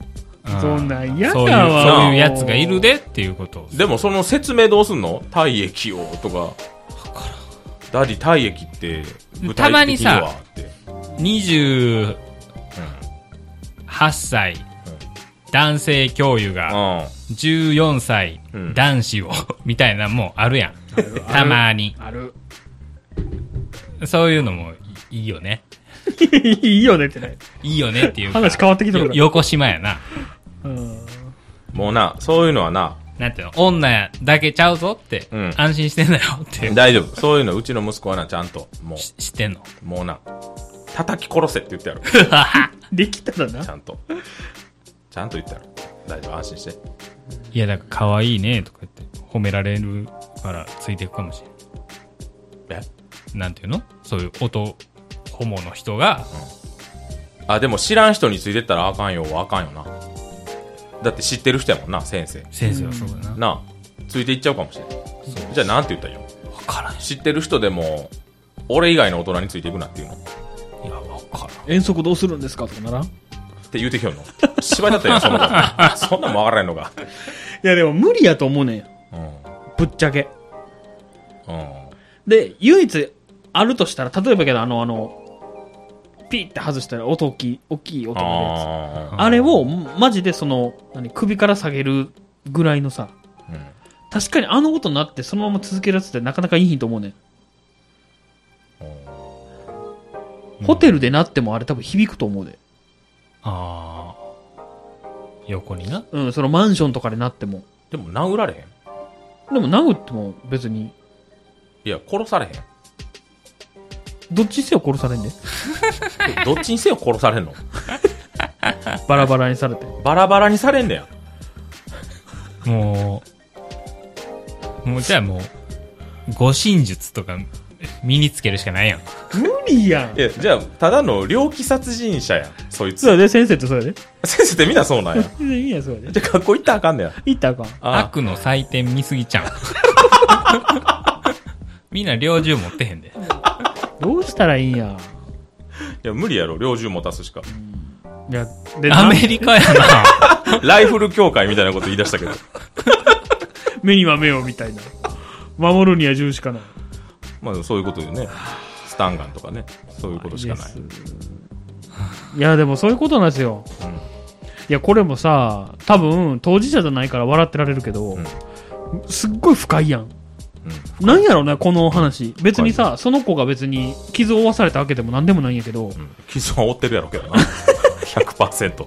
C: う
B: そんなん嫌だ
C: そういう、
B: わ
C: そういうやつがいるでっていうことを。
A: でも、その説明どうすんの体液を、とか。ダディ、体液って、具
C: た
A: 体
C: まに
A: 的に
C: さ
A: はって。
C: 28歳、男性教諭
A: う
C: が
A: ん。うん。
C: 14歳、
A: うん
C: 男子を、 [LAUGHS] みたいなもんあるやん。たまに。
B: ある。
C: そういうのもいいいよね。
B: いいよねってね。
C: いいよねっていうか。
B: 話変わってきてる
C: よ
B: から。
C: 横島やな。
B: うん。
A: もうな、そういうのはな、
C: なんていうの女だけちゃうぞって、
A: うん
C: 安心してんだよって、
A: 大丈夫。そういうの、うちの息子はな、ちゃんと、も
C: し知ってんの。
A: う、もうな、叩き殺せって言ってやる。
B: できたら
A: [LAUGHS]
B: な
A: ち。ゃんと。ちゃんと言ってやる。大丈夫、安心して。
C: いや、だから可愛いねとか言って褒められるからついていくかもしれ
A: え
C: ん。なんていうのそういう音、ホモの人が、
A: あ、でも知らん人についてったらあかんよはあかんよな。だって知ってる人やもんな、先生。
C: 先生はそうだな。わ
A: なあ、ついていっちゃうかもしれない。じゃあなんて言ったらいいの
C: からんし。
A: 知ってる人でも、俺以外の大人についていくなっていうの。っ
C: いや、わからん。
B: 遠足どうするんですかとかならんい
A: て言うてきよんの。芝居だったよ、その
B: [LAUGHS]
A: 子。そんなんもわからへんのが。
B: やでも無理やと思うねん。
A: う
B: ぶっちゃけ。
A: ん。うん。
B: で、唯一あるとしたら、例えばけど、あの、あの、ピーって外したら音大きい、大きい音が出るやつ。
A: あ
C: ー
B: あれを、マジでその、何、首から下げるぐらいのさ、
A: ーうん
B: 確かにあの音になってそのまま続けるやつってなかなかいいひんと思うねん。ホテルでなってもあれ多分響くと思うで。
C: あー横にな。
B: うん、そのマンションとかでなっても。
A: でも殴られへん。
B: でも殴っても別に、
A: いや、殺されへん。
B: どっちにせよ殺されんで。 [LAUGHS]
A: えどっちにせよ殺されんの。
B: バラバラにされて。
A: バラバラにされんねや。
C: もう、もうじゃあもう、護身術とか身につけるしかないやん。
B: 無理やん
A: い。や、じゃあ、ただの猟奇殺人者やん。そいつ
B: そう。やで、先生ってそうやで。
A: 先生ってみんなそうなんや。
B: いやいや、そうや
A: じ
B: で。
A: ゃあ、学校行ったらあかんねや。
B: 行ったらあかん。
A: あ
C: 悪の祭典見すぎ [LAUGHS] ちゃう。みんな猟銃持ってへんで。
B: どうしたらいいんや。
A: あ。いや、無理やろ。猟銃持たすしか。
B: いや、で、
C: ア
B: な
C: メリカやな。
A: ライフル協会みたいなこと言い出したけど。
B: 目には目をみたいな。守るには銃しかない。
A: まあ、そういうことよね。スタンガンとかね。そういうことしかない。
B: いや、でもそういうことなんですよ。
A: うん
B: いや、これもさ、多分、当事者じゃないから笑ってられるけど、
A: うん
B: すっごい不快やん。
A: うん
B: なんやろね、この話。別にさ、その子が別に傷を負わされたわけでも何でもないんやけ
A: う
B: ど、
A: ん傷は負ってるやろうけどな。100%。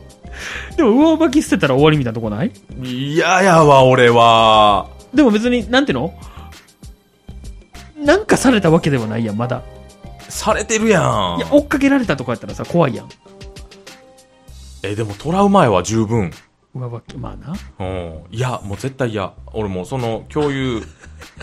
B: でも上履き捨てたら終わりみたいなとこない
A: 嫌やわ、俺は。
B: でも別に、なんていうのなんかされたわけではないやん、まだ。
A: されてるやん
B: いや、。追っかけられたとかやったらさ、怖いやん。
A: え、でもトラウマやわ、十分。
B: 上履き、まあな。
A: うん。いや、もう絶対嫌。俺もうその、共有、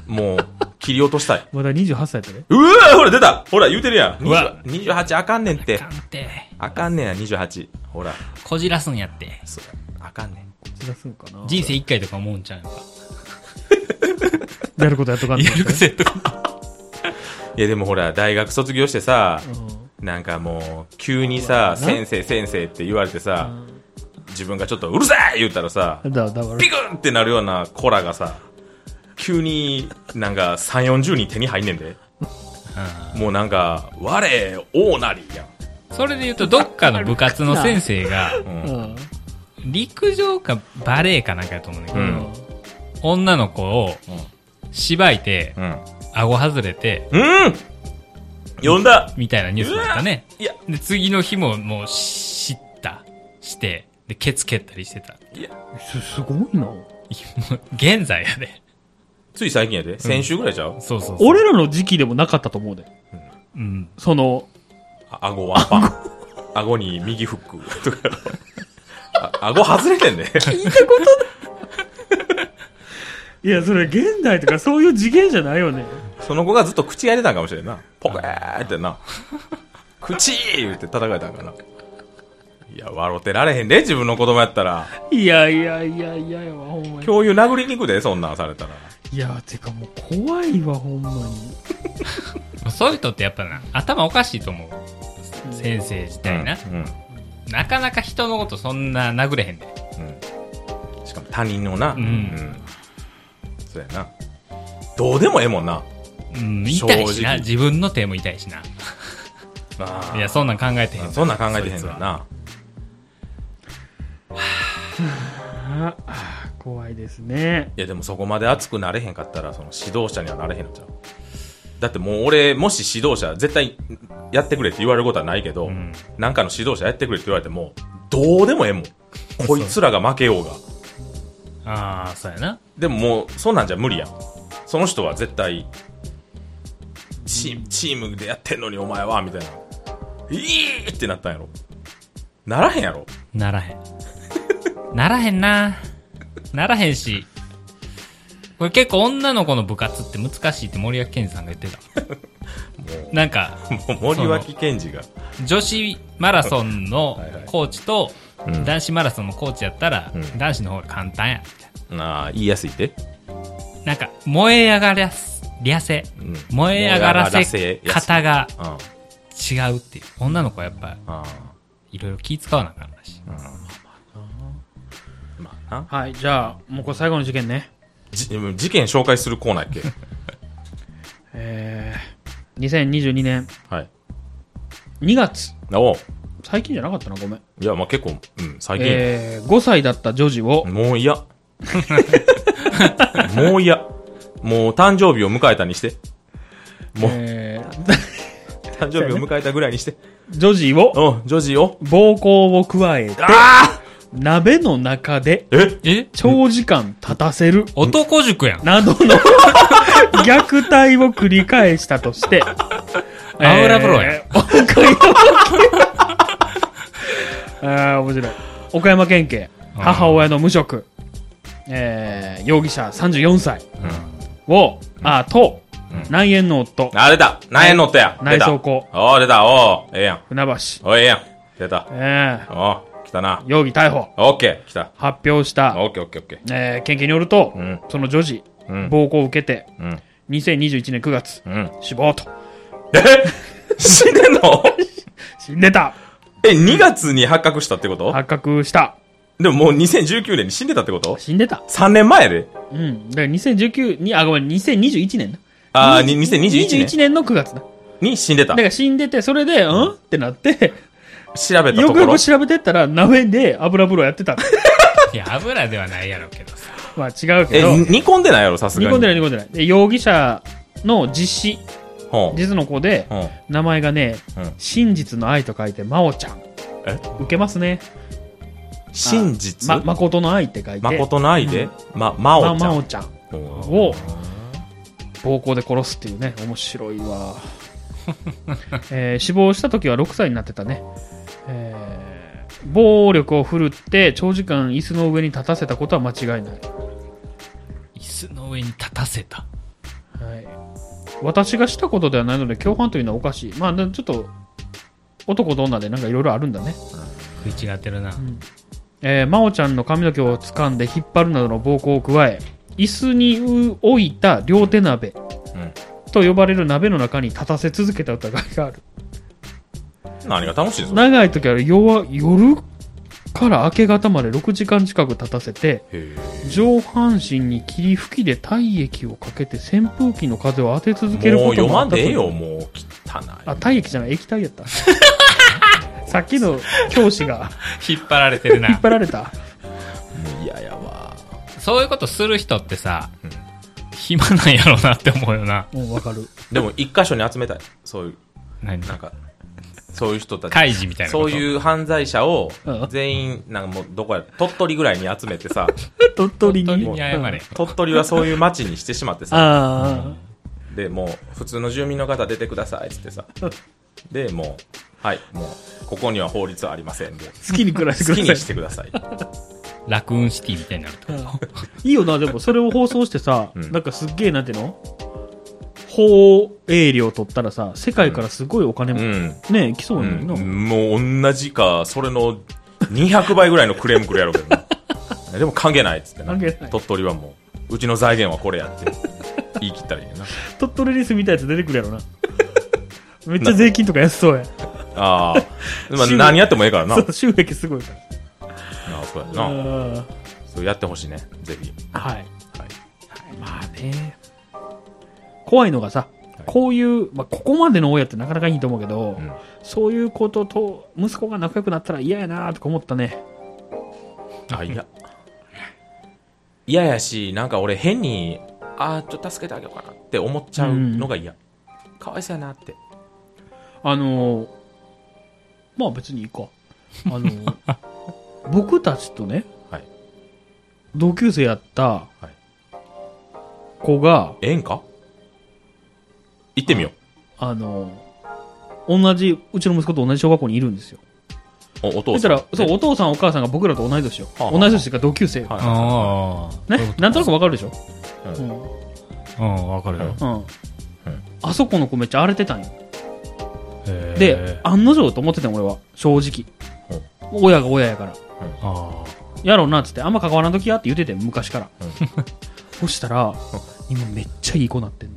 A: もう、切り落としたい。
B: まだ28歳やったね。
A: うわーほら出たほら言うてるやん
C: うわ
A: 20 28あかんねんって
C: かんて。
A: あかんねんや28ほら
C: こじらすんやって。
A: そうあかんねん
B: 知らすんかな。
C: 人生一回とか思うんちゃうんか。
B: やることやっとかんと
C: やる癖とか。
A: いやでもほら大学卒業してさ
B: うん
A: なんかもう急にさ「
B: うわ
A: 先生先生」って言われてさ
B: うん
A: 自分がちょっと「うるさい!」言ったらさ
B: だ、だから
A: ビ。クンってなるような子らがさ急になんか3 4 0人手に入んねんでもうなんか「我王なり」やん
C: それで言うと、どっかの部活の先生が、
A: うん
B: うん
C: 陸上かバレエかなんかやと思うんだけど、
A: うん
C: 女の子をしばいて、
A: うん
C: 顎外れて、
A: うん呼んだ
C: みたいなニュースだったね。
A: いや
C: で、次の日ももう知った、して、で、ケツ蹴ったりしてた。 [LAUGHS] い
A: いや
B: す、すごいな。
C: やもう現在やで、
A: つい最近やで先週ぐらいちゃう
C: そうそうそう。
B: 俺らの時期でもなかったと思うで。
C: うん。
B: その、
A: あ顎ワンパン顎に右フックと [LAUGHS] か。あ顎外れてんね。
B: いや、それ現代とかそういう次元じゃないよね。
A: [LAUGHS] その子がずっと口開いてたんかもしれんな。ポケーってな。口ーって叩かれたんかな。いや、笑ってられへんで、自分の子供やったら。
B: いやいやいやいややわ、ほんまに。
A: 共有殴りに行くで、そんなんされたら。
B: いや、てかもう怖いわ、ほんまに。
C: そういう人ってやっぱな、頭おかしいと思う。先生自体な。
A: うん。うん
C: なかなか人のことそんな殴れへんで。
A: しかも他人のな。
C: うん
A: そうやな。どうでもええもんな。
C: うん、痛いし
A: 正直
C: な。自分の手も痛いしな。
A: あー
C: いや、そんなん考えてへん。
A: そんなん考えてへん
C: そいつ
A: ねん
C: は
A: な。
B: ああ怖いですね。
A: いや、でもそこまで熱くなれへんかったら、その指導者にはなれへんのちゃう。だってもう俺、もし指導者、絶対やってくれって言われることはないけど、
C: ん
A: なんかの指導者やってくれって言われても、どうでもええもん。こいつらが負けようが。
C: ああ、そうやな。
A: でももう、そんなんじゃ無理やん。その人は絶対、チーム、チームでやってんのにお前は、みたいな。いいってなったんやろ。ならへんやろ。
C: ならへん。 [LAUGHS] ならへんな。ならへんし。これ結構女の子の部活って難しいって森脇健児さんが言ってた。
A: [LAUGHS] も
C: なんか、
A: う、もう森脇健児が。
C: 女子マラソンの
A: [LAUGHS] はいはい
C: コーチと
A: うん
C: 男子マラソンのコーチやったら
A: うん
C: 男子の方が簡単やみたい
A: なあ、言いやすいって。
C: ななんか燃え上がらすりゃせ
A: うん
C: 燃え上がらせ
A: やすい
C: 方が
A: うん。あ
C: 違うっていう女の子はやっぱ
A: あ。
C: いろいろ気使わなあかんらしい
A: まあな。
B: はい、じゃあ、もうこれ最後の事件ね。
A: じ事件紹介するコーナーやっ
B: [LAUGHS]
A: け
B: えー、2022年
A: はい。
B: 2月。
A: おう
B: 最近じゃなかったな、ごめん。
A: いや、まあ結構、うん、最近。
B: えー、5歳だった女児を、
A: もう嫌。 [LAUGHS] もう嫌。もう誕生日を迎えたにして。もう、
B: えー、 [LAUGHS]
A: 誕生日を迎えたぐらいにして。
B: 女児を
A: うん、女児を。
B: 暴行を加えて、
A: ああ
B: 鍋の中で
A: え
C: え
B: 長時間立たせる、
C: 男塾やん
B: などの [LAUGHS] 虐待を繰り返したと
A: [LAUGHS]
B: して、
C: アウラブロや
B: えー岡山県 [LAUGHS] あー面白い。岡山県警、
C: うん
B: 母親の無職、えー、容疑者34歳を、あー、と、内縁の夫、
A: あ、出た何円乗ったや
B: 内
A: 出た
B: 装工、
A: おう出たおうええやん。
B: 船橋、
A: おうええやん。出た。
B: え
A: おう来たな
B: ー。容疑逮捕、
A: オッケー来た。
B: 発表した、
A: オッケーオッケーオッケ
B: えー県警によると、
A: うん
B: その女児、
A: ー。うん。
B: 暴行を受けて、
A: うん。
B: 2021年9月、
A: うん。
B: 死亡と。
A: え [LAUGHS] 死んでんの [LAUGHS]
B: 死んでた
A: え、2月に発覚したってこと
B: 発覚した。
A: でももう2019年に死んでたってこと
B: 死んでた。
A: ?3 年前やで。
B: うん。だから2019に、あ、ごめん、2021年な。
A: あーに
B: 21
A: 2021年
B: 年の9月だ。
A: に死んでた
B: だか。ら死んでて、それで、うんってなって、
A: 調べたと
B: よく
A: こ
B: よ
A: ろ
B: く。調べてったら、鍋で油風呂やって
A: [LAUGHS]
B: たって。
C: いや油ではないやろうけどさ
B: まあ違うけ
A: え、
B: ど、
A: 煮込んでないやろ、さす
B: 煮
A: がに。
B: 込んでない煮込んでない。で、容疑者の実子、
A: ほう
B: 実の子で、
A: ほう
B: 名前がね、
A: うん
B: 真実の愛と書いて、まおちゃん。
A: え
B: 受けますね。
A: 真実
B: ま、誠の愛って書いて。
A: 誠の愛で、ま、ま
B: ま
A: おちゃ
B: まお
A: ん。
B: ちゃん。
A: ほう
B: を暴行で殺すっていうね面白いわ、えー死亡した時は6歳になってたね、えー暴力を振るって長時間椅子の上に立たせたことは間違いない、
C: 椅子の上に立たせた
B: はい、私がしたことではないので共犯というのはおかしいまあでもちょっと男と女でなんかいろいろあるんだね、
C: 食い違ってるな
B: えー、真央ちゃんの髪の毛を掴んで引っ張るなどの暴行を加え椅子に置いた両手鍋
A: うん
B: と呼ばれる鍋の中に立たせ続けた疑いがある
A: 何が楽しいぞ。
B: 長い時は夜夜から明け方まで6時間近く立たせて
A: へ
B: 上半身に霧吹きで体液をかけて扇風機の風を当て続け
A: ー
B: る
A: もう
B: こ
A: 読
B: とも
A: ま
B: あ
A: ん
B: った
A: で
B: と
A: ええ
B: いう
A: よ、もう。汚
B: あ
A: い。
B: 体液じゃない液体やった [LAUGHS] さっきの教師が
C: 引っ張られてる
B: 引っ
A: [LAUGHS]
C: な
B: 張られた
A: もう嫌やわ。
C: そういうことする人ってさ、
A: うん
C: 暇なんやろうなって思うよな。
B: もうわかる
A: でも、一箇所に集めたい。そういう、
C: 何
A: なんか、そういう人たち。
C: 開示みたいなこと。
A: そう
C: う。
A: いう犯罪者を
B: うん
A: 全員、なんかもうどこや、鳥取ぐらいに集めてさ、
B: 鳥取
C: 本
B: に
C: 当に謝れ。
A: 鳥取はそういう町にしてしまってさ、
B: ああ [LAUGHS]
A: でもう普通の住民の方出てくださいっつってさで、もう、はい、もう、ここには法律はありませんで、
B: 好きに暮らして
A: 好
B: く
A: き
B: だ
A: に
B: さ
A: し
B: い。
A: てください。
C: ラクーンシティみたいになると。
B: いいよな、でもそれを放送してさ、
A: うん
B: なんかすっげえ、なんていうの放映料取ったらさ、世界からすごいお金も、
A: うん。
B: ね、来そう
A: う
B: なのにな。
A: ん、もう同じか、それの200倍ぐらいのクレームくるやろうけど
B: [LAUGHS]
A: なでも関係ないっつってな
B: 関係ない
A: 鳥取はもう、うちの財源はこれや
B: [LAUGHS]
A: って、言い切ったらいいよな。
B: 鳥取リースみたいなやつ出てくるや
A: [LAUGHS]
B: ろな。めっちゃ税金とか安そうや。 [LAUGHS]
A: ああ、まあ
B: 収入
A: 何やってもええからな。
B: そう収益すごいか
A: なあそうやな。
B: ら。うん
A: そうやってほしいね、ぜひ。
B: はい。
A: はい
B: まあね。怖いのがさ
A: い、
B: こういう、まあ、ここまでの親ってなかなかいいと思うけど、
A: うん
B: そういうことと息子が仲良くなったら嫌やなとか思ったね。
A: あ、いや。嫌やし、なんか俺変に、ああ、ちょっと助けてあげようかなって思っちゃうのが嫌。かわいそうやなって。
B: あのーまあ別にいいか。あ
A: [LAUGHS]
B: のー僕たちとね、
A: はい
B: 同級生やった
A: い
B: 子が、
A: ええんか行ってみよ
B: あのー同じ、うちの息子と同じ小学校にいるんですよ。
A: う。おお
B: そ
A: 父
B: し
A: さ
B: た
A: ん。
B: ら、そう、
A: ね
B: お父さんお母さんが僕らと同い年よ。
A: はあは
B: 同
A: あ
B: い年っていうか同級生よ。
A: はい
C: ああ。
B: ね、なんとなくわかるでしょ、
A: う
B: うんんうん
C: く。うん、わかるよ。
B: あそこの子めっちゃ荒れてたんよ
C: へー
B: で、案の定と思ってたん俺は正直、親が親やから
C: あ
B: やろうなっつってあんま関わらんときやって言ってて昔から、
A: うん
B: [LAUGHS] そしたら今めっちゃいい子なってんの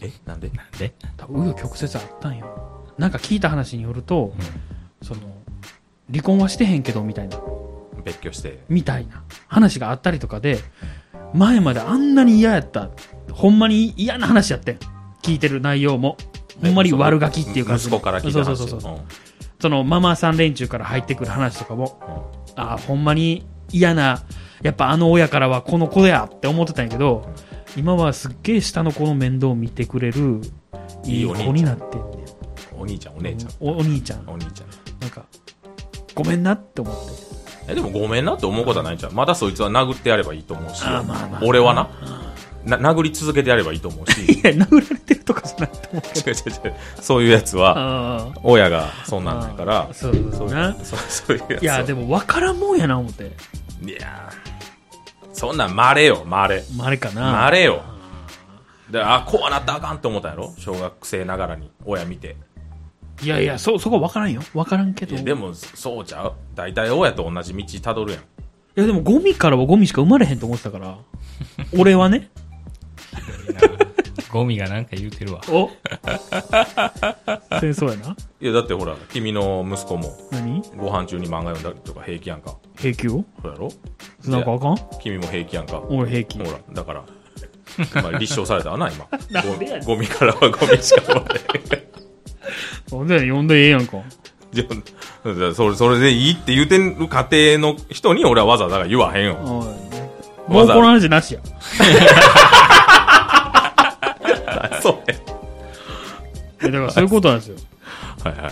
A: え、なんで
C: あ。で、
B: 多分紆余曲折あったんよなんか聞いた話によると、その離婚はしてへんけどみたいな
A: 別居して。
B: みたいな話があったりとかで前まであんなに嫌やったほんまに嫌な話やってん聞いてる内容もほんまに悪ガキっていうか
A: 息子から聞いた話
B: そうそうそうそう
A: うん
B: そのママさん連中から入ってくる話とかもあーほんまに嫌なやっぱあの親からはこの子やって思ってたんやけど今はすっげえ下の子の面倒を見てくれるいい子になってんねん
A: お兄ちゃん、お姉ちゃん。
B: おお兄ちゃん
A: お兄ちゃん。
B: なんかごめんなって思って
A: え、でもごめんなって思うことはないじゃん。まだそいつは殴ってやればいいと思うし
B: あーまあまあ。
A: 俺はな、な殴り続けてやればいいと思う
B: [LAUGHS]
A: し。
B: いや殴られてるとかじゃないと思う
A: 違う違う違う。そういうやつは、
B: あー
A: 親がそうなんだから
B: あー、そうそうそうな
A: [LAUGHS] そうそういうやつ
B: いや、で
A: も。
B: も分からんもんやな、思って。
A: いやーそんなんまれよ、まれ。
B: まあ、あれかな。
A: まれよ。だから、あ、こうなったらあかんって思ったんやろ小学生ながらに、親見て。
B: いやいや、そ、そこは分からんよ。分からんけ
A: い
B: ど。
A: や、で。も、そうちゃう大体親と同じ道たどるやん。
B: いや、でもゴミからはゴミしか生まれへんと思ってた [LAUGHS] から。俺はね。
C: ゴミがなんか言うてるわ。
B: [LAUGHS] お戦争やな。
A: いや、だってほら、君の息子も、
B: 何
A: ご飯中に漫画読んだりとか平気やんか。
B: 平気よ
A: そうやろ
B: なんかあかん
A: で君も平気やんか。ほ
B: 俺平気。
A: ら、だから。まあ立証されたわな、今。
B: [LAUGHS] なんでやねん
A: ゴミからはゴミしか生まれへん
B: ほんで、呼んでええやんか。
A: [LAUGHS] じゃあだからそれ、それでいいって言うてる家庭の人に俺はわざわざ言わへん
B: [LAUGHS]
A: よ。
B: おいも
A: わ
B: う
A: ざ
B: この話なしや。
A: そうね。
B: いやだからそういうことなんですよ。
A: はいは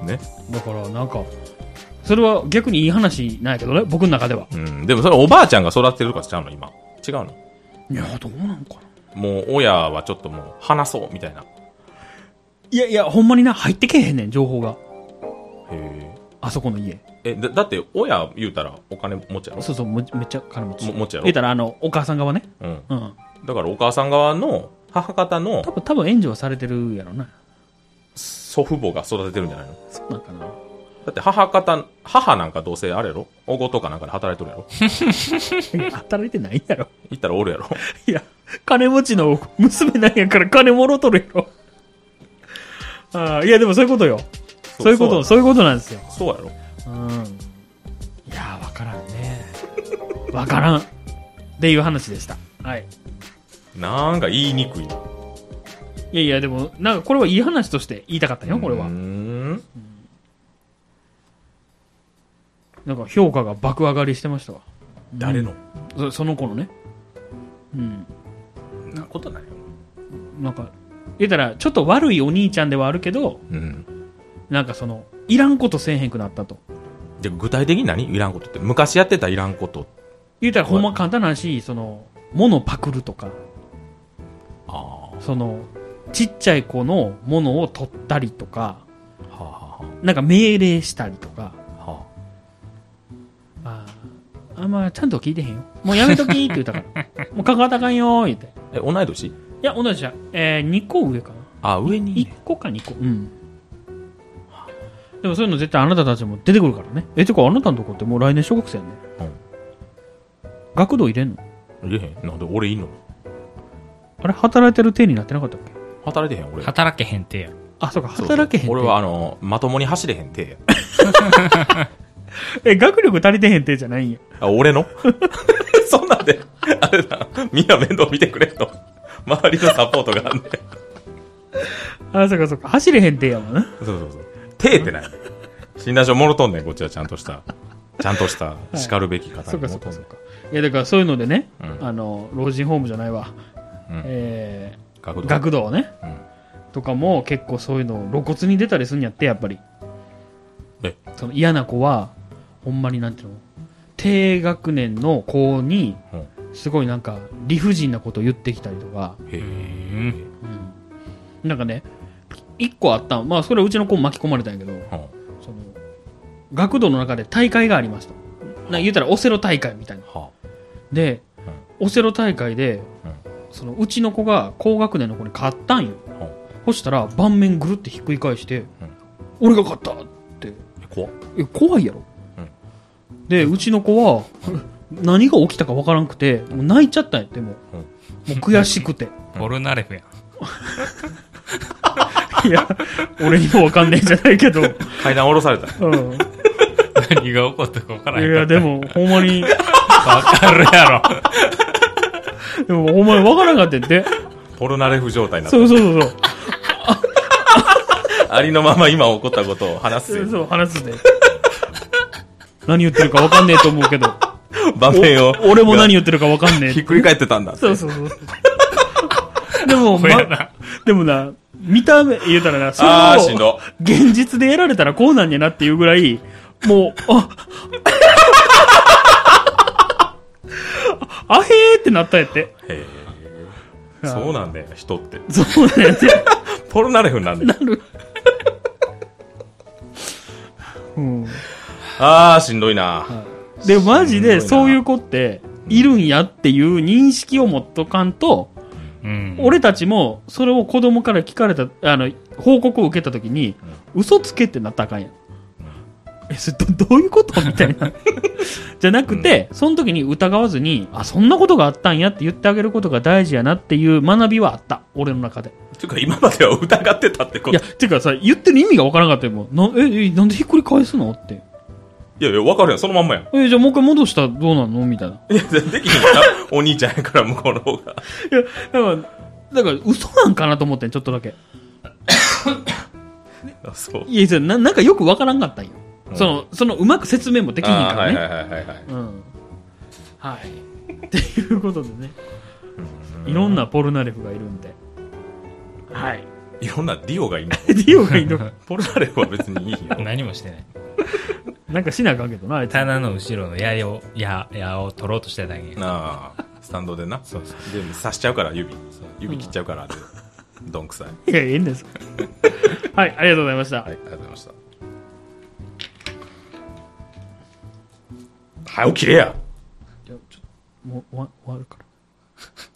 B: うん
A: い。ね。
B: [LAUGHS] だから、なんか、それは逆にいい話なんやけどね、僕の中では。
A: うん。でもそれおばあちゃんが育ってるとかちゃうの今。違うの
B: いや、どうなんかな。
A: もう親はちょっともう話そうみたいな。へ
B: いやいや、ほんまにな、入ってけへんねん、情報が。
A: え。
B: あそこの家。
A: え、だだって親言うたらお金持ちやろ
B: そうそう、むめっちゃ金持ち。
A: も持ちやろ
B: 言うたら、あの、お母さん側ね。
A: うん。
B: うん。
A: だからお母さん側の母方の
B: 多分、多分援助はされてるやろな。
A: 祖父母が育ててるんじゃないの
B: そうなんかな。 [LAUGHS]
A: だって母方、母なんかどうせあれやろおごとかなんかで働いとるやろ
B: いや働いてないやろ。
A: 言ったらおるやろ
B: いや、金持ちの娘なんやから金もろとるやろ。ああ、いや、でもそういうことよ。そういうこと、そういうことなんですよ。
A: そうやろ
B: うん。いやー、わからんね。わからん。っていう話でした。はい。
A: なんか言いにくいない
B: やいや、でも、なんかこれはいい話として言いたかったよ、これは
A: うー。ん
B: なんか評価が爆上がりしてましたわ。
A: 誰の、
B: そその子のね。うん。
A: そんなことないよ
B: なんか、言うたら、ちょっと悪いお兄ちゃんではあるけど、
A: うん
B: なんかその、いらんことせえへんくなったと。
A: じゃあ具体的に何いらんことって昔やってたいらんこと
B: 言うたら、ほんま簡単な話、その、物パクるとか、
A: あ
B: その、ちっちゃい子の物を取ったりとか、なんか命令したりとか、
A: は
B: あーあ、まあ、ちゃんと聞いてへ [LAUGHS] んよ。もうやめときって言ったから。もう関わったらあかんよー言って。
A: あ、え同い年
B: いや、同じじゃん。えー、2個上かな。
A: あ上に
B: 1個か2個。うん。でもそういうの絶対あなたたちも出てくるからね。え、てかあなたのとこってもう来年小学生やね。
A: うん
B: 学童入れんの
A: 入れへんなんで俺いんの
B: あれ働いてる手になってなかったっけ
A: 働いてへん俺
C: 働けへんてや。
B: あ、そうか、
A: そうそう
B: 働けへんって。
A: 俺はあのまともに走れへんて
B: え、学力足りてへんってじゃないんや。
A: あ俺の [LAUGHS] そんなんであれだみんな面倒見てくれと周りのサポートがあんねん
B: あ、そうか、そうか。走れへんってやもんな。
A: そうそうそう。手ってない。診断書もろとんねん、こっちはちゃんとした。ちゃんとした、
B: い
A: 叱るべき方
B: そ
A: に
B: う
A: も
B: か、
A: ろ
B: そ
A: とんね
B: うか、そ
A: ん
B: うか。いや、だからそういうのでね、
A: うん
B: あの、老人ホームじゃないわ。
A: うん
B: え
A: 学
B: ー、
A: 童
B: 学童ね。
A: うん
B: とかも結構そういうの露骨に出たりするんやって、やっぱり。
A: え
B: その嫌な子は、ほんまになんていうの低学年の子に
A: うん、
B: すごいなんか理不尽なことを言ってきたりとか、
A: へえ
C: うん。
B: うん、なんかね一個あったんまあそれはうちの子も巻き込まれたんやけど
A: うん
B: その学童の中で大会がありましたな言うたらオセロ大会みたいな
A: は
B: で、オセロ大会で、
A: うん
B: そのうちの子が高学年の子に勝ったんよ、
A: うん
B: そしたら盤面ぐるってひっくり返して、俺が勝ったって
A: あ。え怖っ
B: え怖いやろ、でうちの子は [LAUGHS] 何が起きたかわからんくてもう泣いちゃったんやってもう,、もう悔しくて [LAUGHS]
C: ボルナレフやん。
B: いや俺にもわかんないじゃないけど、
A: 階段下ろされた。
B: うん、
C: 何が起こったか分から
B: い
C: へん。
B: やで。もほんまに
C: 分かるや
B: [LAUGHS]
C: ろ。
B: でもほんまにわからんかったんやって
A: ポルナレフ状態になっ
B: そうそうそうそう
A: た。ありのまま今起こったことを話 [LAUGHS] す。
B: そう、話すで。何言ってるか分かんねえと思う
A: [LAUGHS]
B: けど。
A: 場面を。
B: お俺も何言ってるか分かんね
A: ひっ。
B: え
A: くり返ってたんだって。
B: そうそうそう。でも、
C: ほ
B: ま
C: やな、
B: でもな、見た目、言うたらな、そ
A: あーしん
B: れを
A: ど
B: 現実でやられたらこうなんやなっていうぐらい、もう、あ、 [LAUGHS] あへーってなったんやって。
A: へえそうなんだよ、人って。
B: [LAUGHS] そうなんやって。
A: ポルナレフになんだよ。
B: うん
A: あー、しんどいな。
B: で、マジ
A: しんどい
B: で
A: な
B: そういう子って、いるんやっていう認識を持っとかんと、
C: うん。
B: 俺たちもそれを子供から聞かれたあの報告を受けた時に、嘘つけってなったらあかんやん、えそれどどういうこと [LAUGHS] みたいなじゃなくて、その時に疑わずにあそんなことがあったんやって言ってあげることが大事やなっていう学びはあった俺の中で
A: ていうか、今までは疑ってたってこ
B: い
A: と。
B: や
A: い
B: ていうかさ言ってる意味がわからなかったよもうなええなんでひっくり返すのって
A: やいや、わかるやん、そのまんまやん。
B: えじゃあもう一回戻したらどうなんのみたいない
A: や、できひんから、 [LAUGHS] お兄ちゃんやから、向こうの方が。
B: いやだからだから嘘なんかなと思ってんちょっとだけ
A: あそう。
B: いやそれななんかよくわからんかったんよ、
A: うん
B: そのそのうまく説明もできひんから
A: あ
B: ね、
A: ーはいはいはいはいはい。
B: うんはい。っていうことでね、いろんなポルナレフがいるんで。はい。
A: いろんなディオがいいの。
B: ディオがいるの
A: ポルナレフは別にいいよ。
C: 何もしてない。
B: なんかしなあかんけどな、あいつ。
C: 棚の後ろの矢を、矢、矢を取ろうとしてただけや。
A: なあ、スタンドでな。そうそう。で、刺しちゃうから、指。指切っちゃうから、あれ。どんくさい。はい、
B: いや、ええんです。はい、ありがとうございました
A: あ。りがとうございました。早起きれや。
B: じゃあちょっともう終わ終わるから。